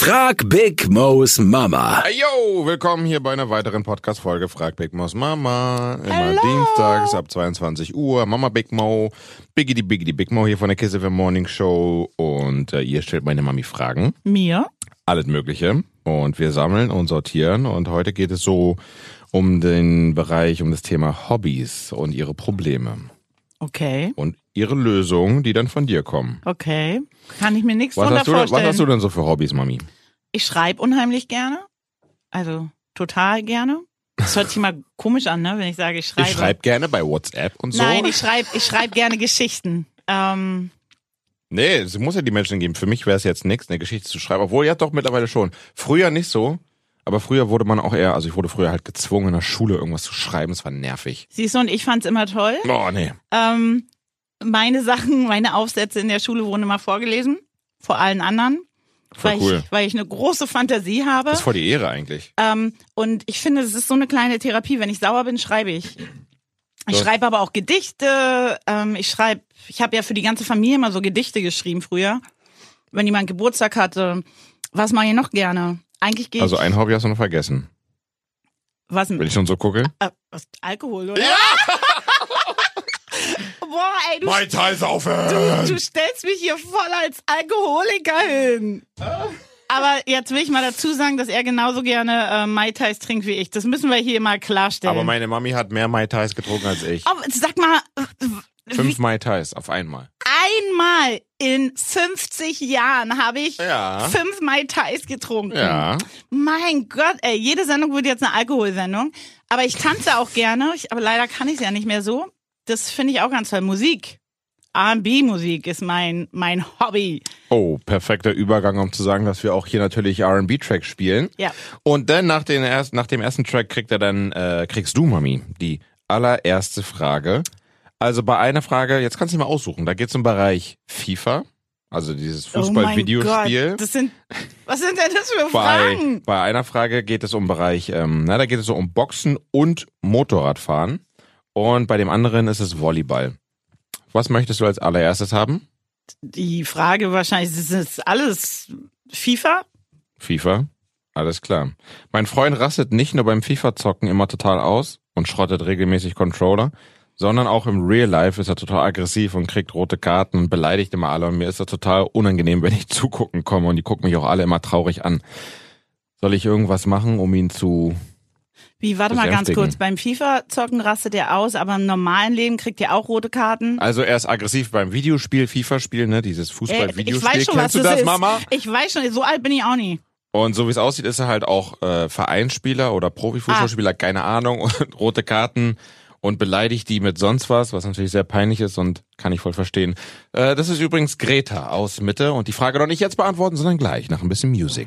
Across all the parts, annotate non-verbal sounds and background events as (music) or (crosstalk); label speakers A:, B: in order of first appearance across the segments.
A: Frag Big Mo's Mama.
B: Hey, Yo, willkommen hier bei einer weiteren Podcast-Folge Frag Big Mo's Mama. Immer dienstags ab 22 Uhr. Mama Big Mo, Biggity Biggity Big Mo hier von der Kiss FM Morning Show. Und äh, ihr stellt meine Mami Fragen.
C: Mir?
B: Alles Mögliche. Und wir sammeln und sortieren. Und heute geht es so um den Bereich, um das Thema Hobbys und ihre Probleme.
C: Okay,
B: Und ihre Lösungen, die dann von dir kommen.
C: okay. Kann ich mir nichts
B: Was
C: drunter
B: hast, du, was
C: vorstellen.
B: hast du denn so für Hobbys, Mami?
C: Ich schreibe unheimlich gerne. Also total gerne. Das hört
B: (laughs)
C: sich mal komisch an, ne? wenn ich sage, ich schreibe.
B: Ich schreibe gerne bei WhatsApp und so.
C: Nein, ich schreibe ich schreib gerne Geschichten. Ähm,
B: Nee, es muss ja die Menschen geben. Für mich wäre es jetzt nichts, eine Geschichte zu schreiben. Obwohl, ja doch, mittlerweile schon. Früher nicht so. Aber früher wurde man auch eher, also ich wurde früher halt gezwungen, in der Schule irgendwas zu schreiben. Es war nervig.
C: siehst du, und ich fand's immer toll.
B: Oh, nee.
C: Ähm, meine Sachen, meine Aufsätze in der Schule wurden immer vorgelesen. Vor allen anderen.
B: Voll
C: weil,
B: cool.
C: ich, weil ich eine große Fantasie habe.
B: Das ist voll die Ehre eigentlich.
C: Ähm, und ich finde, es ist so eine kleine Therapie. Wenn ich sauer bin, schreibe ich. Ich
B: So.
C: schreibe aber auch Gedichte. Ähm, ich schreibe, ich habe ja für die ganze Familie immer so Gedichte geschrieben früher. Wenn jemand Geburtstag hatte. Was mache ich noch gerne? Eigentlich gehe
B: Also
C: ich.
B: ein Hobby hast du noch vergessen.
C: was,
B: Wenn ich schon so gucke.
C: äh, was? Alkohol, oder? (laughs) Boah, ey, du,
B: Teil saufen!
C: du stellst mich hier voll als Alkoholiker hin. Aber jetzt will ich mal dazu sagen, dass er genauso gerne äh, Mai Tais trinkt wie ich. Das müssen wir hier mal klarstellen.
B: Aber meine Mami hat mehr Mai Tais getrunken als ich.
C: Oh, sag mal, äh, wie
B: Fünf Mai Tais auf einmal.
C: einmal in 50 Jahren habe ich
B: Ja.
C: fünf Mai Tais getrunken.
B: Ja.
C: Mein Gott, ey, jede Sendung wird jetzt eine Alkoholsendung. Aber ich tanze auch gerne, ich, aber leider kann ich es ja nicht mehr so. Das finde ich auch ganz toll. Musik. R&B-Musik ist mein, mein Hobby.
B: Oh, perfekter Übergang, um zu sagen, dass wir auch hier natürlich R&B-Tracks spielen.
C: Ja.
B: Und dann nach, den erst, nach dem ersten Track kriegt er dann, äh, kriegst du, Mami, die allererste Frage. Also bei einer Frage, jetzt kannst du mal aussuchen, da geht's um Bereich FIFA, also dieses
C: Oh
B: Fußball-Videospiel.
C: mein Gott, das sind, was sind denn das für
B: bei,
C: Fragen?
B: bei einer Frage geht es um Bereich, ähm, na, da geht es so um Boxen und Motorradfahren. Und bei dem anderen ist es Volleyball. Was möchtest du als allererstes haben?
C: Die Frage wahrscheinlich, das ist alles FIFA?
B: FIFA. Alles klar. Mein Freund rastet nicht nur beim FIFA-Zocken immer total aus und schrottet regelmäßig Controller, sondern auch im Real Life ist er total aggressiv und kriegt rote Karten und beleidigt immer alle. Und mir ist das total unangenehm, wenn ich (laughs) zugucken komme und die gucken mich auch alle immer traurig an. Soll ich irgendwas machen, um ihn zu...
C: Wie, warte mal ganz
B: Besänftigen.
C: kurz. Beim FIFA-Zocken rastet er aus, aber im normalen Leben kriegt er auch rote Karten.
B: Also er ist aggressiv beim Videospiel, FIFA-Spiel, ne? Dieses
C: Äh, ich weiß
B: Fußball-Videospiel.
C: schon, was
B: Kennst du das,
C: ist.
B: Mama?
C: Ich weiß schon, so alt bin ich auch nie.
B: Und so wie es aussieht, ist er halt auch äh, Vereinsspieler oder Profifußballspieler, keine Ahnung, (laughs) und rote Karten und beleidigt die mit sonst was, was natürlich sehr peinlich ist und kann ich voll verstehen. Äh, das ist übrigens Greta aus Mitte und die Frage noch nicht jetzt beantworten, sondern gleich nach ein bisschen Music.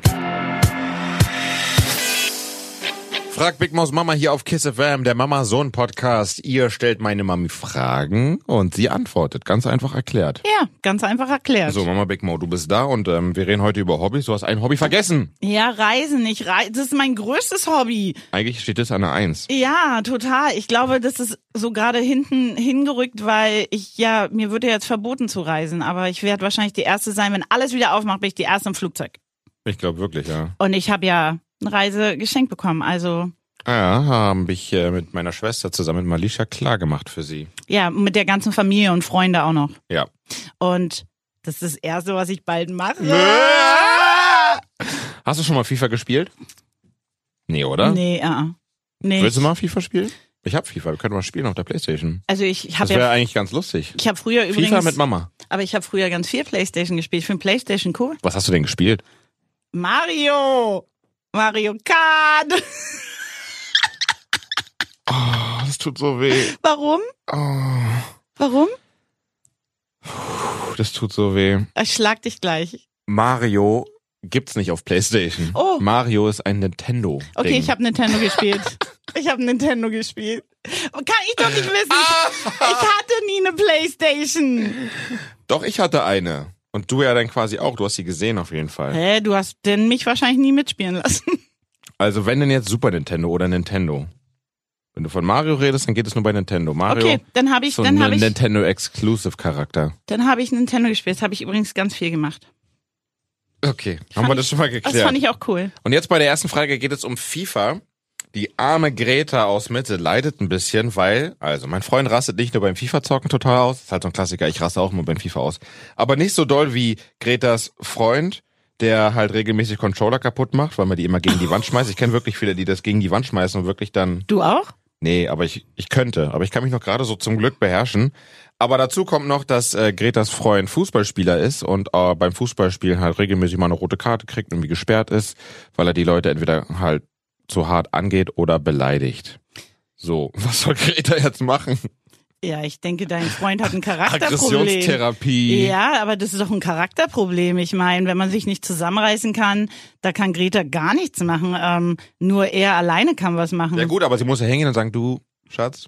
B: Frag Big Maus Mama hier auf Kiss FM, der Mama-Sohn-Podcast. Ihr stellt meine Mami Fragen und sie antwortet. Ganz einfach erklärt.
C: Ja, ganz einfach erklärt.
B: So, Mama Big Mo, du bist da und ähm, wir reden heute über Hobbys. Du hast ein Hobby vergessen.
C: Ja, Reisen, ich rei das ist mein größtes Hobby.
B: Eigentlich steht es an der Eins.
C: Ja, total. Ich glaube, das ist so gerade hinten hingerückt, weil ich ja, mir würde jetzt verboten zu reisen, aber ich werde wahrscheinlich die Erste sein, wenn alles wieder aufmacht, bin ich die Erste im Flugzeug.
B: Ich glaube wirklich, ja.
C: Und ich habe ja eine Reise geschenkt bekommen, also
B: Ah Ja, habe ich äh, mit meiner Schwester zusammen mit Malisha klar gemacht für
C: (laughs)
B: sie.
C: ja, mit der ganzen Familie und Freunde auch noch.
B: Ja.
C: Und das ist das Erste, was ich bald mache.
B: Hast du schon mal FIFA gespielt? Nee, oder?
C: Nee, äh, nee.
B: Willst du mal FIFA spielen? Ich hab FIFA, wir können mal spielen auf der Playstation.
C: Also ich
B: Das
C: habe
B: wäre
C: ja,
B: eigentlich ganz lustig.
C: ich habe früher
B: FIFA mit
C: übrigens,
B: Mama.
C: aber ich habe früher ganz viel PlayStation gespielt. Ich finde PlayStation cool.
B: Was hast du denn gespielt?
C: Mario, Mario Kart. (laughs)
B: Oh, das tut so weh.
C: Warum?
B: Oh,
C: Warum?
B: puh, das tut so weh.
C: Äh, Ich schlag dich gleich.
B: Mario gibt's nicht auf Playstation.
C: Oh.
B: Mario ist ein Nintendo. -Ding.
C: Okay, ich habe Nintendo
B: (laughs)
C: gespielt. Ich habe Nintendo gespielt. Kann ich doch nicht wissen. Ich,
B: Ah.
C: ich hatte nie eine Playstation.
B: Doch, ich hatte eine. Und du ja dann quasi auch. Du hast sie gesehen auf jeden Fall.
C: Hä, du hast denn mich wahrscheinlich nie mitspielen lassen.
B: Also wenn denn jetzt Super Nintendo oder Nintendo. Wenn du von Mario redest, dann geht es nur bei Nintendo. Mario
C: Okay, dann habe
B: ist
C: ich,
B: so
C: dann
B: ein
C: habe ich,
B: Nintendo Exclusive Charakter.
C: dann habe ich Nintendo gespielt. Das habe ich übrigens ganz viel gemacht.
B: Okay, haben wir das schon mal
C: Das
B: geklärt.
C: fand ich auch cool.
B: Und jetzt bei der ersten Frage geht es um FIFA. Die arme Greta aus Mitte leidet ein bisschen, weil, also mein Freund rastet nicht nur beim FIFA-Zocken total aus, ist halt so ein Klassiker, ich raste auch immer beim FIFA aus, aber nicht so doll wie Gretas Freund, der halt regelmäßig Controller kaputt macht, weil man die immer gegen die Wand schmeißt. Ich kenne wirklich viele, die das gegen die Wand schmeißen und wirklich dann,
C: Du auch?
B: nee, aber ich, ich könnte, aber ich kann mich noch gerade so zum Glück beherrschen. Aber dazu kommt noch, dass äh, Gretas Freund Fußballspieler ist und äh, beim Fußballspielen halt regelmäßig mal eine rote Karte kriegt und irgendwie gesperrt ist, weil er die Leute entweder halt zu hart angeht oder beleidigt. So, (laughs) was soll Greta jetzt machen?
C: Ja, ich denke, dein Freund
B: (laughs)
C: hat ein Charakterproblem.
B: Aggressionstherapie.
C: Ja, aber das ist doch ein Charakterproblem. Ich meine, wenn man sich nicht zusammenreißen kann, da kann Greta gar nichts machen. Ähm, nur er alleine kann was machen.
B: Ja gut, aber sie muss ja hingehen und sagen, du, Schatz,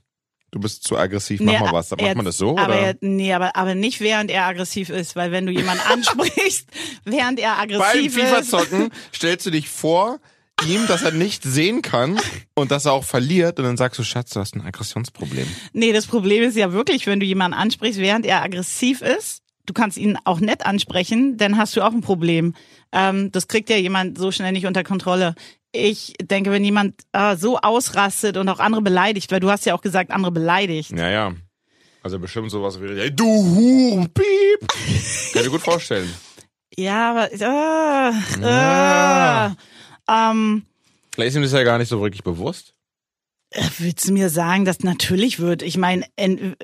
B: du bist zu aggressiv, mach
C: Nee,
B: mal was. Macht
C: jetzt-
B: man das so?
C: Aber,
B: oder?
C: er- nee, aber, aber nicht während er aggressiv ist, weil wenn
B: (laughs)
C: du jemanden ansprichst, während er
B: beim
C: aggressiv ist.
B: FIFA-Zocken stellst du dich vor ihm, dass er nicht sehen kann und dass er auch verliert und dann sagst du, Schatz, du hast ein Aggressionsproblem.
C: Nee, das Problem ist ja wirklich, wenn du jemanden ansprichst, während er aggressiv ist, du kannst ihn auch nett ansprechen, dann hast du auch ein Problem. Ähm, das kriegt ja jemand so schnell nicht unter Kontrolle. Ich denke, wenn jemand äh, so ausrastet und auch andere beleidigt, weil du hast ja auch gesagt, andere beleidigt.
B: Naja. Also bestimmt sowas wie, "Ey, du Hure, piep. Kann ich mir gut vorstellen.
C: Ja, aber äh, äh,
B: Ah.
C: ähm,
B: Vielleicht ist ihm das ja gar nicht so wirklich bewusst.
C: willst du mir sagen, dass natürlich wird? Ich meine, en-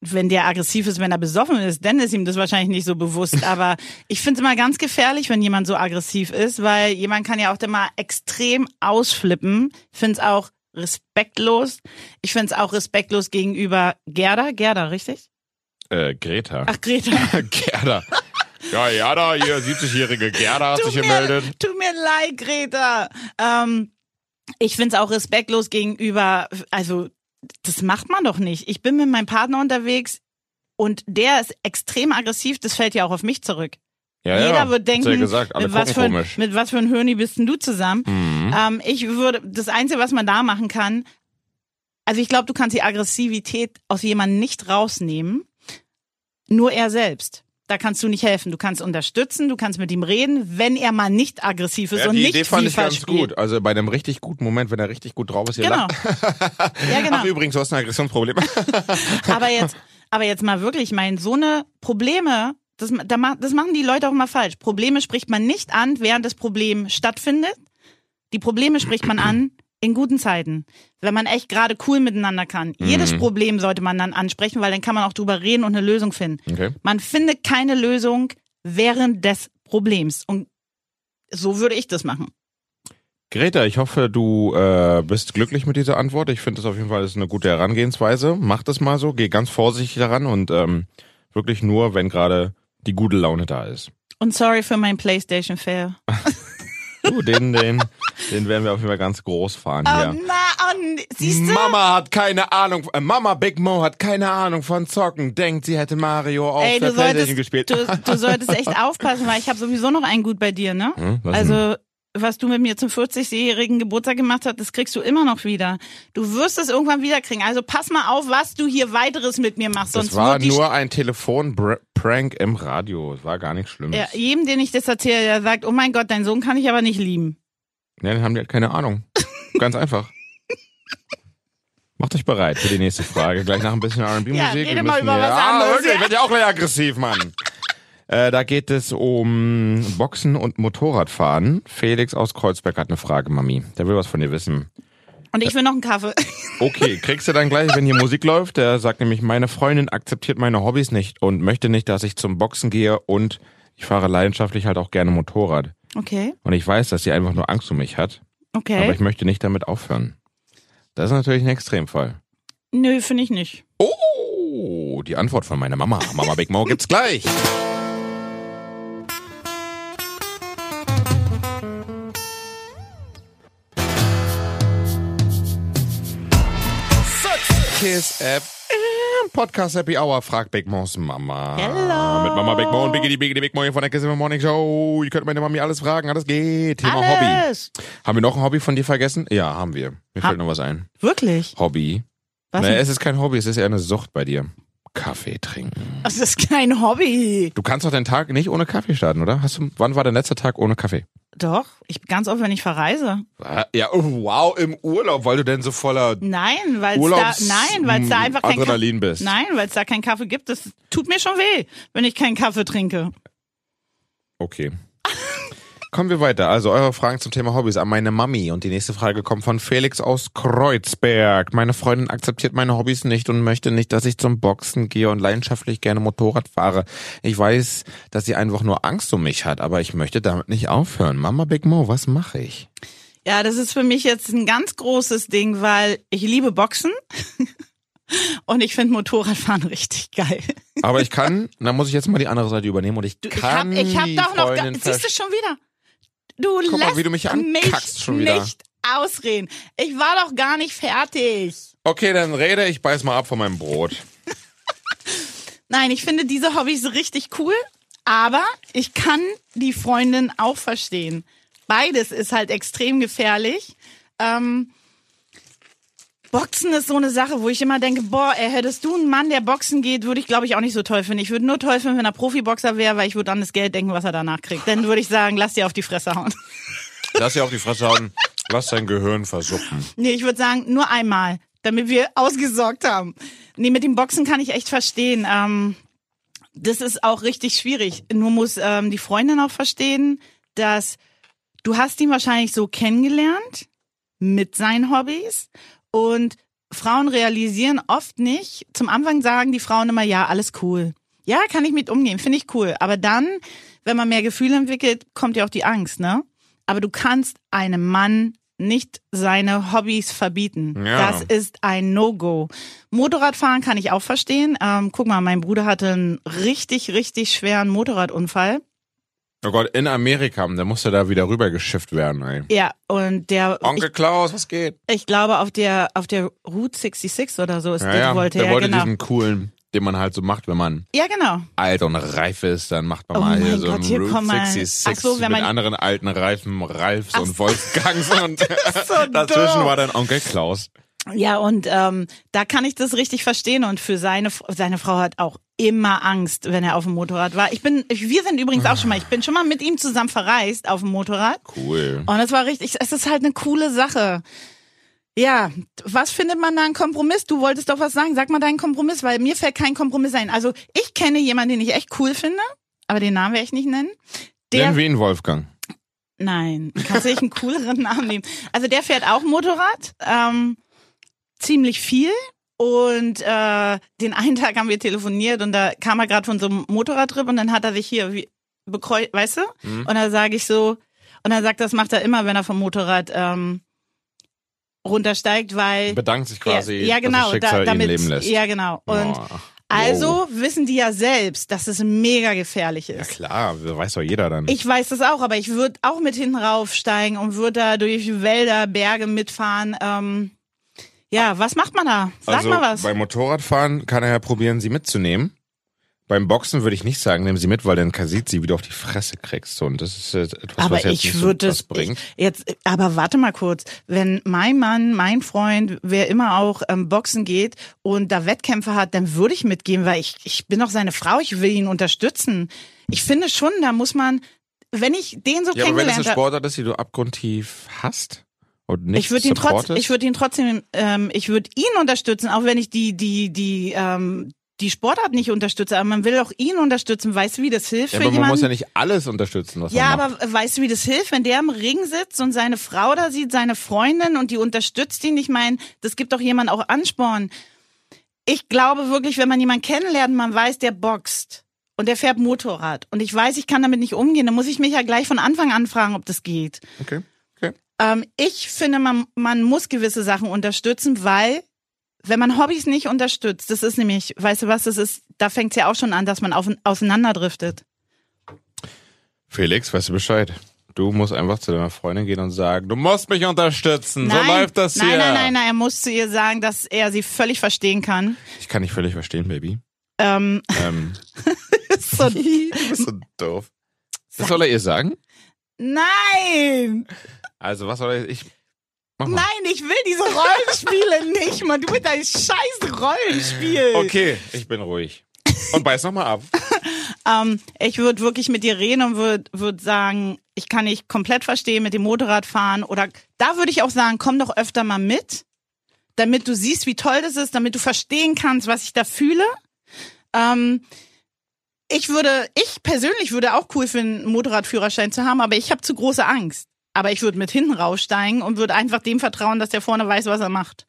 C: wenn der aggressiv ist, wenn er besoffen ist, dann ist ihm das wahrscheinlich nicht so bewusst. Aber ich finde es immer ganz gefährlich, wenn jemand so aggressiv ist, weil jemand kann ja auch immer extrem ausflippen. Ich finde es auch respektlos. Ich finde es auch respektlos gegenüber Gerda. Gerda, richtig?
B: Äh, Greta.
C: Ach, Greta.
B: (laughs) Gerda. Ja, Gerda, hier, 70-jährige Gerda hat
C: Tut
B: sich
C: mir-
B: gemeldet.
C: Tut mir leid, Greta. Ähm, ich find's auch respektlos gegenüber, also das macht man doch nicht. Ich bin mit meinem Partner unterwegs und der ist extrem aggressiv, das fällt ja auch auf mich zurück.
B: Ja,
C: Jeder
B: ja. hat's
C: wird
B: ja
C: denken,
B: gesagt, alle
C: mit, was
B: gucken
C: für, ein-
B: komisch.
C: mit was für ein Hirni bist denn du zusammen?
B: Mhm.
C: Ähm, ich würde, das Einzige, was man da machen kann, also ich glaube, du kannst die Aggressivität aus jemandem nicht rausnehmen, nur er selbst. Da kannst du nicht helfen. Du kannst unterstützen, du kannst mit ihm reden, wenn er mal nicht aggressiv ist
B: Ja,
C: und
B: die
C: Also nicht
B: Idee fand ich
C: FIFA
B: ganz
C: spielt.
B: gut. Also bei einem richtig guten Moment, wenn er richtig gut drauf ist, ihr
C: Genau.
B: lacht.
C: Ja, genau.
B: Ach übrigens, du hast ein Aggressionsproblem.
C: Aber jetzt, aber jetzt mal wirklich, ich meine, so eine Probleme, das, da ma- das machen die Leute auch mal falsch. Probleme spricht man nicht an, während das Problem stattfindet. Die Probleme spricht man an in guten Zeiten, wenn man echt gerade cool miteinander kann. Jedes Problem sollte man dann ansprechen, weil dann kann man auch drüber reden und eine Lösung finden.
B: (laughs) Okay.
C: Man findet keine Lösung während des Problems. Und so würde ich das machen.
B: Greta, ich hoffe, du äh, bist glücklich mit dieser Antwort. Ich finde das auf jeden Fall ist eine gute Herangehensweise. Mach das mal so, geh ganz vorsichtig daran und ähm, wirklich nur, wenn gerade die gute Laune da ist.
C: Und sorry für mein PlayStation Fail.
B: Du, den,
C: (laughs)
B: den, den werden wir auf jeden Fall ganz groß fahren hier.
C: Oh, na, oh, nee. siehst du?
B: Mama hat keine Ahnung, äh, Mama Big Mo hat keine Ahnung von Zocken, denkt, sie hätte Mario auf
C: Ey,
B: der
C: du
B: Playstation
C: solltest,
B: gespielt.
C: Du, du
B: (laughs)
C: solltest echt aufpassen, weil ich habe sowieso noch einen gut bei dir, ne?
B: Hm, was denn?
C: Also, was du mit mir zum 40-jährigen Geburtstag gemacht hast, das kriegst du immer noch wieder. Du wirst es irgendwann wieder kriegen. Also pass mal auf, was du hier weiteres mit mir machst. Sonst
B: das war
C: wird die
B: nur ein Telefonprank im Radio, es war gar nichts Schlimmes.
C: ja, jedem, den ich das erzähle, der sagt, oh mein Gott, deinen Sohn kann ich aber nicht lieben.
B: Ja, dann haben die halt keine Ahnung. Ganz einfach. Macht euch bereit für die nächste Frage. Gleich nach ein bisschen R&B-Musik.
C: Ja, rede
B: Wir
C: mal
B: müssen
C: über
B: hier-
C: was
B: ah,
C: anderes,
B: Wirklich,
C: ja.
B: ich werd ja auch gleich aggressiv, Mann. Äh, da geht es um Boxen und Motorradfahren. Felix aus Kreuzberg hat eine Frage, Mami. Der will was von dir wissen.
C: Und ich will noch einen Kaffee. (laughs)
B: Okay, kriegst du dann gleich, wenn hier Musik läuft. Der sagt nämlich, meine Freundin akzeptiert meine Hobbys nicht und möchte nicht, dass ich zum Boxen gehe und ich fahre leidenschaftlich halt auch gerne Motorrad.
C: Okay,
B: Und ich weiß, dass sie einfach nur Angst um mich hat. Aber
C: okay.
B: ich möchte nicht damit aufhören. Das ist natürlich ein Extremfall.
C: Nö, finde ich nicht.
B: Oh, die Antwort von meiner Mama. Mama Big Mo gibt's gleich. Kiss App. ähm, Podcast Happy Hour, frag Big Mo's Mama.
C: Hello.
B: Mit Mama Big Mo und Biggie, die Biggie, die Big Mo hier von der Kiss App Morning Show. Ihr könnt meine Mami alles fragen, alles geht. Thema Hobby.
C: Alles.
B: Haben wir noch ein Hobby von dir vergessen? Ja, haben wir. Mir
C: Ha-
B: fällt noch was ein.
C: Wirklich?
B: Hobby.
C: Was
B: Naja,
C: denn?
B: es ist kein Hobby, es ist eher eine Sucht bei dir. Kaffee trinken.
C: Das ist kein Hobby.
B: Du kannst doch deinen Tag nicht ohne Kaffee starten, oder? Hast du, wann war der letzte Tag ohne Kaffee?
C: Doch, ich ganz oft, wenn ich verreise.
B: Ah, Ja, oh, wow, im Urlaub, weil du denn so voller
C: Nein, weil es da,
B: Urlaubs-
C: nein, weil's da
B: Mm,
C: einfach kein
B: Adrenalin bist.
C: Nein, weil es da keinen Kaffee gibt. Das tut mir schon weh, wenn ich keinen Kaffee trinke.
B: Okay. Kommen wir weiter. Also eure Fragen zum Thema Hobbys an meine Mami. Und die nächste Frage kommt von Felix aus Kreuzberg. Meine Freundin akzeptiert meine Hobbys nicht und möchte nicht, dass ich zum Boxen gehe und leidenschaftlich gerne Motorrad fahre. Ich weiß, dass sie einfach nur Angst um mich hat, aber ich möchte damit nicht aufhören. Mama Big Mo, was mache ich?
C: Ja, das ist für mich jetzt ein ganz großes Ding, weil ich liebe Boxen (laughs) und ich finde Motorradfahren richtig geil.
B: Aber ich kann, (laughs) da muss ich jetzt mal die andere Seite übernehmen und ich
C: Ich hab,
B: kann
C: ich hab
B: die
C: doch noch,
B: Freundin
C: ga- siehst du schon wieder? Du
B: Guck mal,
C: lässt
B: wie du mich ankackst
C: mich
B: schon wieder.
C: nicht ausreden. Ich war doch gar nicht fertig.
B: Okay, dann rede, ich beiß mal ab von meinem Brot.
C: Nein, ich finde diese Hobbys richtig cool, aber ich kann die Freundin auch verstehen. Beides ist halt extrem gefährlich. Ähm, Boxen ist so eine Sache, wo ich immer denke, boah, ey, hättest du einen Mann, der Boxen geht, würde ich glaube ich auch nicht so toll finden. Ich würde nur toll finden, wenn er Profiboxer wäre, weil ich würde an das Geld denken, was er danach kriegt. Dann würde ich sagen, lass dir auf die Fresse hauen.
B: Lass dir auf die Fresse hauen. Lass dein Gehirn versuppen.
C: Nee, ich würde sagen, nur einmal, damit wir (laughs) ausgesorgt haben. Nee, mit dem Boxen kann ich echt verstehen. Ähm, das ist auch richtig schwierig. Nur muss ähm, die Freundin auch verstehen, dass du hast ihn wahrscheinlich so kennengelernt mit seinen Hobbys und Frauen realisieren oft nicht. Zum Anfang sagen die Frauen immer, ja, alles cool. Ja, kann ich mit umgehen, finde ich cool. Aber dann, wenn man mehr Gefühle entwickelt, kommt ja auch die Angst, ne? Aber du kannst einem Mann nicht seine Hobbys verbieten.
B: Ja.
C: Das ist ein No-Go. Motorradfahren kann ich auch verstehen. Ähm, guck mal, mein Bruder hatte einen richtig, richtig schweren Motorradunfall.
B: Oh Gott, in Amerika, der musste da wieder rüber geschifft werden, ey.
C: Ja, und der, ich,
B: Onkel Klaus, was geht?
C: ich glaube, auf der, auf der Route 66 oder so ist
B: Ja,
C: die
B: ja,
C: Voltaire,
B: der wollte
C: genau.
B: diesen coolen, den man halt so macht, wenn man (laughs)
C: ja, genau.
B: alt und reif ist, dann macht man
C: Oh
B: mal hier
C: mein
B: so
C: Gott,
B: einen
C: hier
B: Route
C: kommt mal-
B: 66
C: Ach so, wenn
B: mit
C: man-
B: anderen alten Reifen, Ralfs
C: Ach
B: und
C: so. (laughs)
B: Wolfgangs und
C: so
B: (laughs) dazwischen
C: doof.
B: war dann Onkel Klaus.
C: Ja, und ähm, da kann ich das richtig verstehen. Und für seine, F- seine Frau hat auch immer Angst, wenn er auf dem Motorrad war. Ich bin, ich, wir sind übrigens auch schon mal, ich bin schon mal mit ihm zusammen verreist auf dem Motorrad.
B: Cool.
C: Und es war richtig, es ist halt eine coole Sache. Ja, was findet man da einen Kompromiss? Du wolltest doch was sagen. Sag mal deinen Kompromiss, weil mir fällt kein Kompromiss ein. Also ich kenne jemanden, den ich echt cool finde, aber den Namen werde ich nicht nennen. Der
B: Nennen wir ihn Wolfgang.
C: Nein, kannst du nicht einen cooleren Namen nehmen. Also der fährt auch Motorrad, ähm, ziemlich viel. Und äh, den einen Tag haben wir telefoniert und da kam er gerade von so einem Motorradtrip und dann hat er sich hier wie, bekreu- weißt du?
B: Mhm.
C: Und da sage ich so, und er sagt, das macht er immer, wenn er vom Motorrad ähm, runtersteigt, weil
B: Bedankt sich quasi,
C: ja, ja,
B: dass
C: genau,
B: das Schicksal
C: da, damit,
B: ihn leben lässt.
C: ja genau. Und
B: Boah.
C: also wissen die ja selbst, dass es mega gefährlich
B: Ja
C: ist.
B: klar, weiß doch jeder dann.
C: Ich weiß das auch, aber ich würde auch mit hinten raufsteigen und würde da durch Wälder, Berge mitfahren. Ähm, ja, was macht man da? Sag
B: also
C: mal was.
B: beim Motorradfahren kann er ja probieren, sie mitzunehmen. Beim Boxen würde ich nicht sagen, nimm sie mit, weil dann sieht sie, wie du auf die Fresse kriegst. So, Und das ist äh, etwas,
C: aber
B: was jetzt
C: ich
B: nicht so
C: würde
B: was
C: es
B: bringt.
C: ich- jetzt. Aber warte mal kurz. Wenn mein Mann, mein Freund, wer immer auch ähm, Boxen geht und da Wettkämpfe hat, dann würde ich mitgehen, weil ich ich bin doch seine Frau. Ich will ihn unterstützen. Ich finde schon, da muss man, wenn ich den
B: ja, aber wenn
C: so
B: es eine
C: kennengelernt habe.
B: Sportart ist, die du abgrundtief hast und nicht
C: Ich würde ihn, trotz,
B: supportest,
C: ich würde ihn trotzdem, ähm, ich würde ihn unterstützen, auch wenn ich die, die, die, ähm, die Sportart nicht unterstütze. Aber man will auch ihn unterstützen. Weißt du, wie das hilft
B: ja,
C: für
B: aber man muss ja
C: jemanden?
B: nicht alles unterstützen, was
C: Ja,
B: man macht.
C: aber weißt du, wie das hilft, wenn der im Ring sitzt und seine Frau da sieht, seine Freundin und die unterstützt ihn? Ich meine, das gibt doch jemand auch Ansporn. Ich glaube wirklich, wenn man jemanden kennenlernt, man weiß, der boxt und der fährt Motorrad und ich weiß, ich kann damit nicht umgehen, dann muss ich mich ja gleich von Anfang an fragen, ob das geht.
B: Okay. okay.
C: Ähm, ich finde, man, man muss gewisse Sachen unterstützen, weil wenn man Hobbys nicht unterstützt, das ist nämlich, weißt du was, das ist, da fängt es ja auch schon an, dass man auf, auseinanderdriftet.
B: Felix, weißt du Bescheid? Du musst einfach zu deiner Freundin gehen und sagen, du musst mich unterstützen. so läuft das
C: nein,
B: hier.
C: Nein, nein, nein, er muss zu ihr sagen, dass er sie völlig verstehen kann.
B: Ich kann dich völlig verstehen, Baby.
C: Ähm, (laughs)
B: (laughs) Ähm,
C: so,
B: du bist so doof. Das soll er ihr sagen?
C: nein!
B: Also was soll ich? ich Mach mal.
C: Nein, ich will diese Rollenspiele nicht, Mann. Du mit deinem scheiß Rollenspiel.
B: Okay, ich bin ruhig. Und beiß nochmal ab.
C: Ähm, ich würde wirklich mit dir reden und würde würd sagen, ich kann nicht komplett verstehen mit dem Motorrad fahren. Oder da würde ich auch sagen, komm doch öfter mal mit, damit du siehst, wie toll das ist, damit du verstehen kannst, was ich da fühle. Ähm, ich würde, ich persönlich würde auch cool finden, einen Motorradführerschein zu haben, aber ich habe zu große Angst. Aber ich würde mit hinten raussteigen und würde einfach dem vertrauen, dass der vorne weiß, was er macht.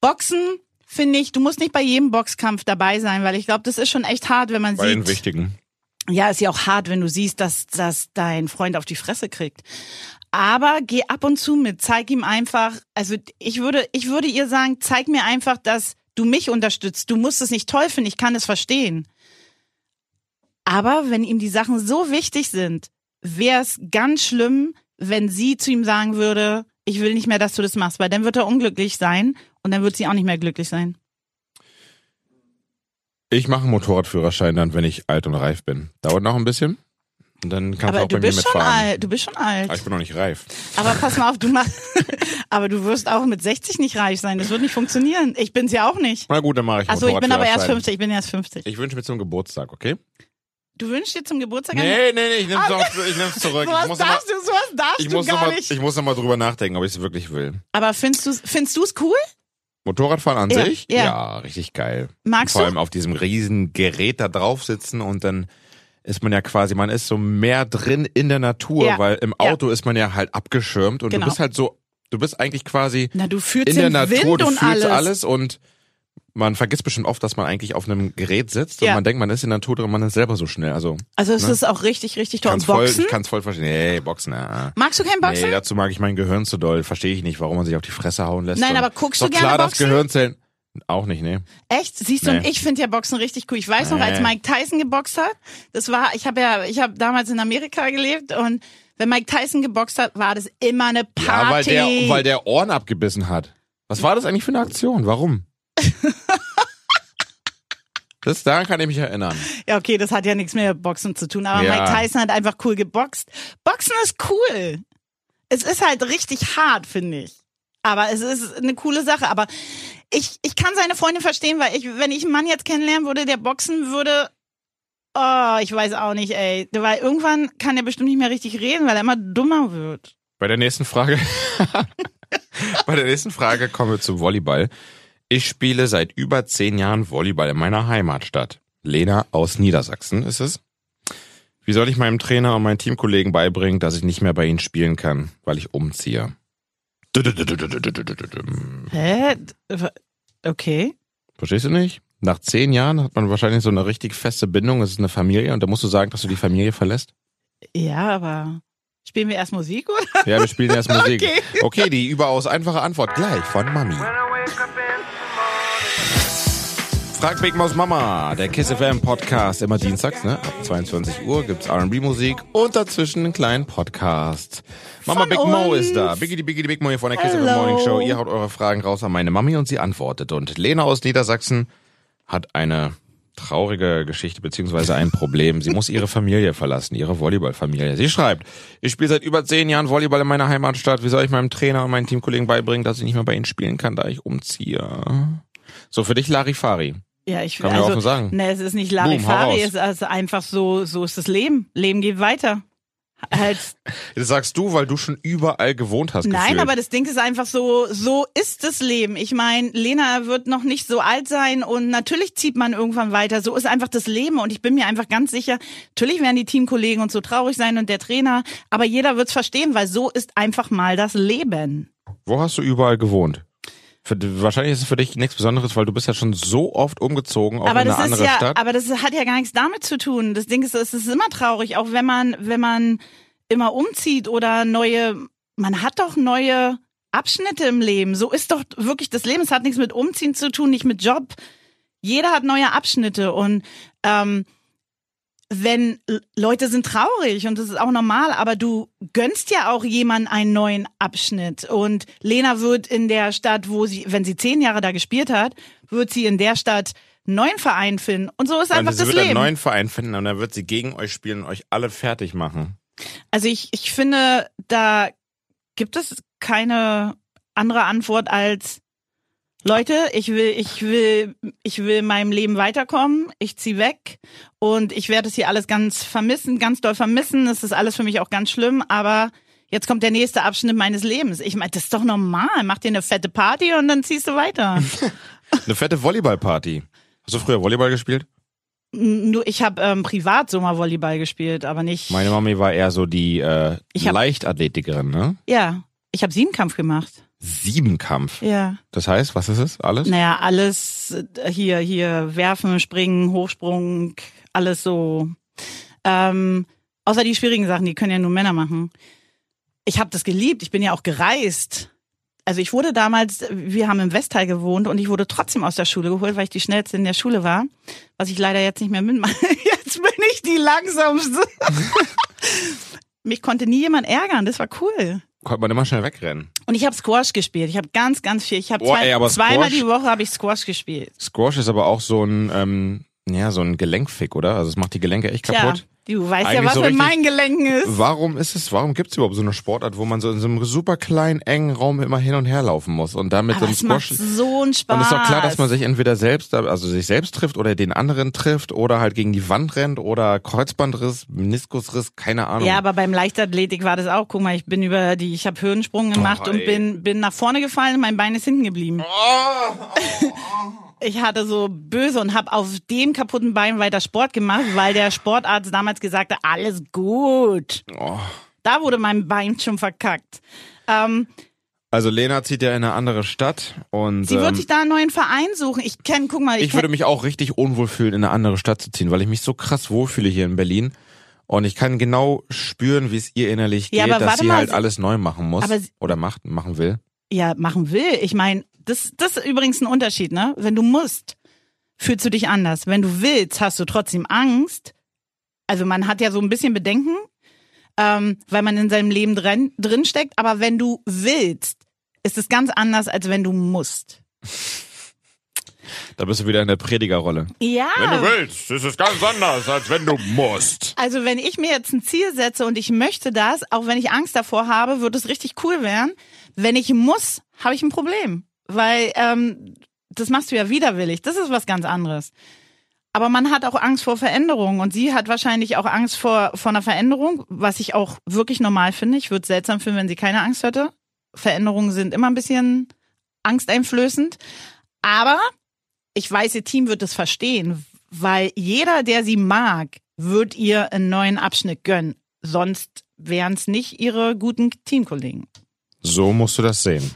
C: Boxen finde ich, du musst nicht bei jedem Boxkampf dabei sein, weil ich glaube, das ist schon echt hart, wenn
B: (laughs)
C: man
B: Bei den
C: sieht.
B: wichtigen.
C: Ja, ist ja auch hart, wenn du siehst, dass, dass dein Freund auf die Fresse kriegt. Aber geh ab und zu mit, zeig ihm einfach, also ich würde, ich würde ihr sagen, zeig mir einfach, dass du mich unterstützt. Du musst es nicht toll finden, ich kann es verstehen. Aber wenn ihm die Sachen so wichtig sind, wäre es ganz schlimm, wenn sie zu ihm sagen würde, ich will nicht mehr, dass du das machst, weil dann wird er unglücklich sein und dann wird sie auch nicht mehr glücklich sein.
B: Ich mache einen Motorradführerschein dann, wenn ich alt und reif bin. Dauert noch ein bisschen. Und dann kannst du
C: Aber
B: auch
C: du
B: bei mir
C: bist schon
B: mitfahren.
C: alt, du bist schon alt.
B: Ah, ich bin noch nicht reif.
C: Aber pass mal auf, du machst. (laughs) aber du wirst auch mit 60 nicht reich sein. Das wird nicht funktionieren. Ich bin's ja auch nicht.
B: Na gut, dann mache ich einen
C: Also ich bin aber erst
B: Motorradführerschein.
C: 50. Ich bin erst 50.
B: Ich wünsche mir zum Geburtstag, okay?
C: Du wünschst dir zum Geburtstag eine-
B: Nee, nee, nee, ich nehme
C: (laughs)
B: es zurück. Ich
C: Sowas
B: muss nochmal
C: darfst Ah, du, sowas darfst
B: ich
C: du
B: muss noch
C: gar
B: mal,
C: nicht.
B: ich muss noch mal drüber nachdenken, ob ich es wirklich will.
C: Aber findest du findest du's cool?
B: Motorradfahren an
C: Ja,
B: sich?
C: ja.
B: richtig geil.
C: Magst
B: Vor
C: du?
B: allem auf diesem riesen Gerät da drauf sitzen und dann ist man ja quasi, man ist so mehr drin in der Natur,
C: Ja.
B: weil im
C: Ja.
B: Auto ist man ja halt abgeschirmt und
C: Genau.
B: du bist halt so, du bist eigentlich quasi
C: Na, du fühlst
B: in der
C: den
B: Natur,
C: Wind
B: du
C: und
B: fühlst
C: alles.
B: alles. und man vergisst bestimmt oft, dass man eigentlich auf einem Gerät sitzt
C: Ja.
B: und man denkt, man ist in der Natur drin und man ist selber so schnell. Also
C: Also es
B: ne?
C: ist auch richtig, richtig toll.
B: kann's
C: Und
B: voll,
C: Boxen?
B: ich kann es voll verstehen. Nee, Boxen, ah.
C: Magst du kein Boxen?
B: Nee, dazu mag ich mein Gehirn zu doll. Verstehe ich nicht, warum man sich auf die Fresse hauen lässt.
C: Nein,
B: Und
C: aber guckst
B: ist
C: du
B: doch
C: gerne
B: klar,
C: Boxen?
B: das Gehirn zählt. Auch nicht, nee.
C: Echt? Siehst du,
B: Nee.
C: und ich finde ja Boxen richtig cool. Ich weiß noch, als
B: Nee.
C: Mike Tyson geboxt hat, das war, ich habe ja, ich habe damals in Amerika gelebt und wenn Mike Tyson geboxt hat, war das immer eine Party.
B: Ja, weil der, weil der Ohren abgebissen hat. Was war das eigentlich für eine Aktion? Warum? das, daran kann ich mich erinnern.
C: ja, okay, das hat ja nichts mehr mit Boxen zu tun, aber
B: Ja.
C: Mike Tyson hat einfach cool geboxt. Boxen ist cool. Es ist halt richtig hart, finde ich. Aber es ist eine coole Sache. Aber ich, ich kann seine Freundin verstehen, weil ich, wenn ich einen Mann jetzt kennenlernen würde, der boxen würde, oh, ich weiß auch nicht, ey. Weil irgendwann kann er bestimmt nicht mehr richtig reden, weil er immer dummer wird.
B: Bei der nächsten Frage. (laughs) Bei der nächsten Frage kommen wir zum Volleyball. Ich spiele seit über zehn Jahren Volleyball in meiner Heimatstadt. Lena aus Niedersachsen ist es. Wie soll ich meinem Trainer und meinen Teamkollegen beibringen, dass ich nicht mehr bei ihnen spielen kann, weil ich umziehe?
C: Hä? Okay.
B: Verstehst du nicht? Nach zehn Jahren hat man wahrscheinlich so eine richtig feste Bindung. Es ist eine Familie und da musst du sagen, dass du die Familie verlässt.
C: Ja, aber spielen wir erst Musik, oder?
B: Ja, wir spielen erst Musik.
C: (laughs) Okay.
B: okay, die überaus einfache Antwort gleich von Mami. Frag Big Maus Mama, der Kiss FM Podcast, immer dienstags, ne? Ab 22 Uhr gibt's R&B Musik und dazwischen einen kleinen Podcast. Mama
C: Von
B: Big Mo
C: uns.
B: ist da. Biggie die Biggie die Big Mo hier von der Kiss
C: Hello.
B: FM Morning Show. Ihr haut eure Fragen raus an meine Mami und sie antwortet. Und Lena aus Niedersachsen hat eine traurige Geschichte beziehungsweise ein Problem. Sie muss ihre Familie verlassen, ihre Volleyballfamilie. Sie schreibt, ich spiele seit über zehn Jahren Volleyball in meiner Heimatstadt. Wie soll ich meinem Trainer und meinen Teamkollegen beibringen, dass ich nicht mehr bei ihnen spielen kann, da ich umziehe? So für dich Larifari.
C: Ja, ich
B: Kann man ja offen sagen.
C: Ne, es ist nicht
B: hau
C: Larifari,
B: raus.
C: es ist also einfach so, so ist das Leben. Leben geht weiter. Halt,
B: Das sagst du, weil du schon überall gewohnt hast.
C: nein,
B: gefühlt.
C: aber das Ding ist einfach so, so ist das Leben. Ich meine, Lena wird noch nicht so alt sein und natürlich zieht man irgendwann weiter. So ist einfach das Leben und ich bin mir einfach ganz sicher, natürlich werden die Teamkollegen und so traurig sein und der Trainer, aber jeder wird's verstehen, weil so ist einfach mal das Leben.
B: Wo hast du überall gewohnt? Für, wahrscheinlich ist es für dich nichts Besonderes, weil du bist ja schon so oft umgezogen, auch
C: aber
B: in eine
C: das
B: andere
C: ist ja,
B: Stadt.
C: aber das hat ja gar nichts damit zu tun. Das Ding ist, es ist immer traurig, auch wenn man, wenn man immer umzieht oder neue, man hat doch neue Abschnitte im Leben. So ist doch wirklich das Leben. Es hat nichts mit Umziehen zu tun, nicht mit Job. Jeder hat neue Abschnitte und ähm, wenn L- Leute sind traurig und das ist auch normal, aber du gönnst ja auch jemandem einen neuen Abschnitt. Und Lena wird in der Stadt, wo sie, wenn sie zehn Jahre da gespielt hat, wird sie in der Stadt einen neuen Verein finden. Und so ist einfach
B: und sie
C: das
B: wird einen
C: Leben.
B: neuen Verein finden und dann wird sie gegen euch spielen und euch alle fertig machen.
C: Also ich, ich finde, da gibt es keine andere Antwort als Leute, ich will, ich will, ich will meinem Leben weiterkommen, ich zieh weg und ich werde es hier alles ganz vermissen, ganz doll vermissen. Es ist alles für mich auch ganz schlimm, aber jetzt kommt der nächste Abschnitt meines Lebens. Ich meine, das ist doch normal. Mach dir eine fette Party und dann ziehst du weiter.
B: Eine fette Volleyballparty. Hast du früher Volleyball gespielt?
C: N- Nur ich habe ähm, privat so mal Volleyball gespielt, aber nicht.
B: Meine Mami war eher so die äh,
C: Ich hab-
B: Leichtathletikerin, ne?
C: ja, ich habe Siebenkampf gemacht.
B: Siebenkampf.
C: Ja.
B: Das heißt, was ist es? Alles?
C: Naja, alles äh, hier, hier, werfen, springen, Hochsprung, alles so. Ähm, außer die schwierigen Sachen, die können ja nur Männer machen. Ich habe das geliebt, ich bin ja auch gereist. Also ich wurde damals, wir haben im Westteil gewohnt und ich wurde trotzdem aus der Schule geholt, weil ich die schnellste in der Schule war. Was ich leider jetzt nicht mehr mitmache. (laughs) Jetzt bin ich
B: (laughs)
C: die langsamste. Mich konnte nie jemand ärgern, das war cool.
B: Konnte man immer schnell wegrennen.
C: Und ich habe Squash gespielt. Ich habe ganz, ganz viel. Ich habe
B: Boah,
C: zwei,
B: ey, aber
C: zweimal
B: Squash-
C: die Woche habe ich Squash gespielt.
B: Squash ist aber auch so ein, ähm, ja, so ein Gelenkfick, oder? Also es macht die Gelenke echt
C: Tja,
B: kaputt.
C: du weißt ja,
B: Eigentlich
C: was
B: so
C: in
B: richtig-
C: meinen Gelenken ist.
B: Warum ist es, warum gibt es überhaupt so eine Sportart, wo man so in so einem super kleinen, engen Raum immer hin und her laufen muss und damit so
C: Aber
B: einem
C: es Ah, macht
B: Squash.
C: so einen Spaß.
B: Und es ist auch klar, dass man sich entweder selbst, also sich selbst trifft oder den anderen trifft oder halt gegen die Wand rennt oder Kreuzbandriss, Meniskusriss, keine Ahnung.
C: ja, aber beim Leichtathletik war das auch. Guck mal, ich bin über die, ich habe Höhensprung gemacht
B: Oh,
C: und
B: ey.
C: bin bin nach vorne gefallen und mein Bein ist hinten geblieben.
B: Oh.
C: ich hatte so böse und habe auf dem kaputten Bein weiter Sport gemacht, weil der Sportarzt damals gesagt hat, alles gut.
B: Oh.
C: Da wurde mein Bein schon verkackt. Ähm,
B: Also Lena zieht ja in eine andere Stadt und
C: sie wird
B: ähm,
C: sich da einen neuen Verein suchen. Ich kenne, guck mal, ich,
B: ich würde mich auch richtig unwohl fühlen, in eine andere Stadt zu ziehen, weil ich mich so krass wohlfühle hier in Berlin. Und ich kann genau spüren, wie es ihr innerlich
C: Ja,
B: geht,
C: aber
B: dass
C: warte
B: sie
C: mal,
B: halt
C: sie-
B: alles neu machen muss
C: Aber sie-
B: oder macht, machen will.
C: ja machen will. Ich meine, das, das ist übrigens ein Unterschied, ne? Wenn du musst, fühlst du dich anders. Wenn du willst, hast du trotzdem Angst. Also man hat ja so ein bisschen Bedenken, ähm, weil man in seinem Leben drin, drin steckt. Aber wenn du willst, ist es ganz anders, als wenn du musst.
B: Da bist du wieder in der Predigerrolle.
C: Ja.
B: willst, ist es ganz anders, als wenn du musst.
C: Also wenn ich mir jetzt ein Ziel setze und ich möchte das, auch wenn ich Angst davor habe, wird es richtig cool werden. Wenn ich muss, habe ich ein Problem, weil ähm, das machst du ja widerwillig. Das ist was ganz anderes. Aber man hat auch Angst vor Veränderung und sie hat wahrscheinlich auch Angst vor, vor einer Veränderung, was ich auch wirklich normal finde. Ich würde es seltsam finden, wenn sie keine Angst hätte. Veränderungen sind immer ein bisschen angsteinflößend. Aber ich weiß, ihr Team wird es verstehen, weil jeder, der sie mag, wird ihr einen neuen Abschnitt gönnen. Sonst wären es nicht ihre guten Teamkollegen.
B: So musst du das sehen.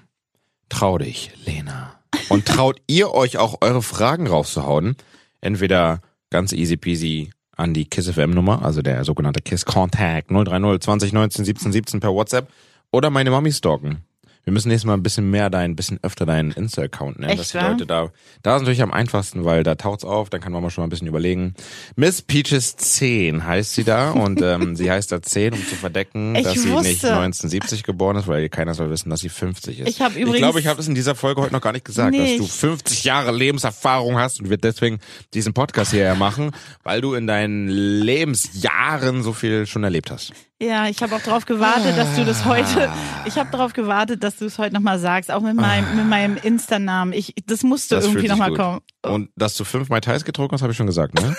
B: Trau dich, Lena. (laughs) Und traut ihr euch auch eure Fragen rauszuhauen? Entweder ganz easy peasy an die Kiss FM Nummer, also der sogenannte Kiss Contact 030 20 19 17 17 per WhatsApp oder meine Mami stalken. Wir müssen nächstes Mal ein bisschen mehr dein, ein bisschen öfter deinen Insta-Account nennen,
C: Echt
B: dass die
C: wahr?
B: Leute da, da ist natürlich am einfachsten, weil da taucht's auf, dann kann Mama schon mal ein bisschen überlegen. Miss Peaches 10 heißt sie da und ähm, sie heißt da 10, um zu verdecken,
C: Ich
B: dass sie nicht
C: wusste.
B: 1970 geboren ist, weil keiner soll wissen, dass sie 50 ist.
C: Ich hab
B: Ich
C: übrigens-
B: glaube, ich habe es in dieser Folge heute noch gar nicht gesagt, dass
C: Nee,
B: du
C: ich-
B: 50 Jahre Lebenserfahrung hast und wir deswegen diesen Podcast hierher machen, weil du in deinen Lebensjahren so viel schon erlebt hast.
C: Ja, ich habe auch darauf gewartet, dass du das heute. Ich habe darauf gewartet, dass du es heute nochmal sagst, auch mit meinem, mit meinem Insta-Namen. Ich, Ah. das musste
B: Das
C: irgendwie
B: fühlt sich
C: nochmal
B: gut.
C: kommen.
B: Und dass du fünf Mai Tais getrunken hast, habe ich schon gesagt, ne?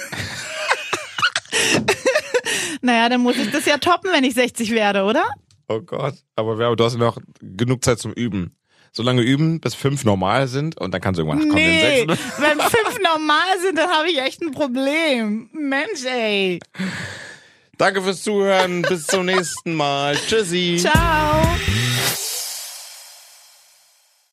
C: Naja, dann muss ich das ja toppen, wenn ich 60 werde, oder?
B: (laughs) oh Gott. Aber wir, du hast noch genug Zeit zum Üben. So lange üben, bis fünf normal sind und dann kannst du irgendwann, ach komm,
C: nee,
B: den sechsten.
C: wenn fünf normal sind, dann habe ich echt ein Problem. Mensch, ey.
B: Danke fürs Zuhören. Bis zum nächsten Mal. Tschüssi.
C: Ciao.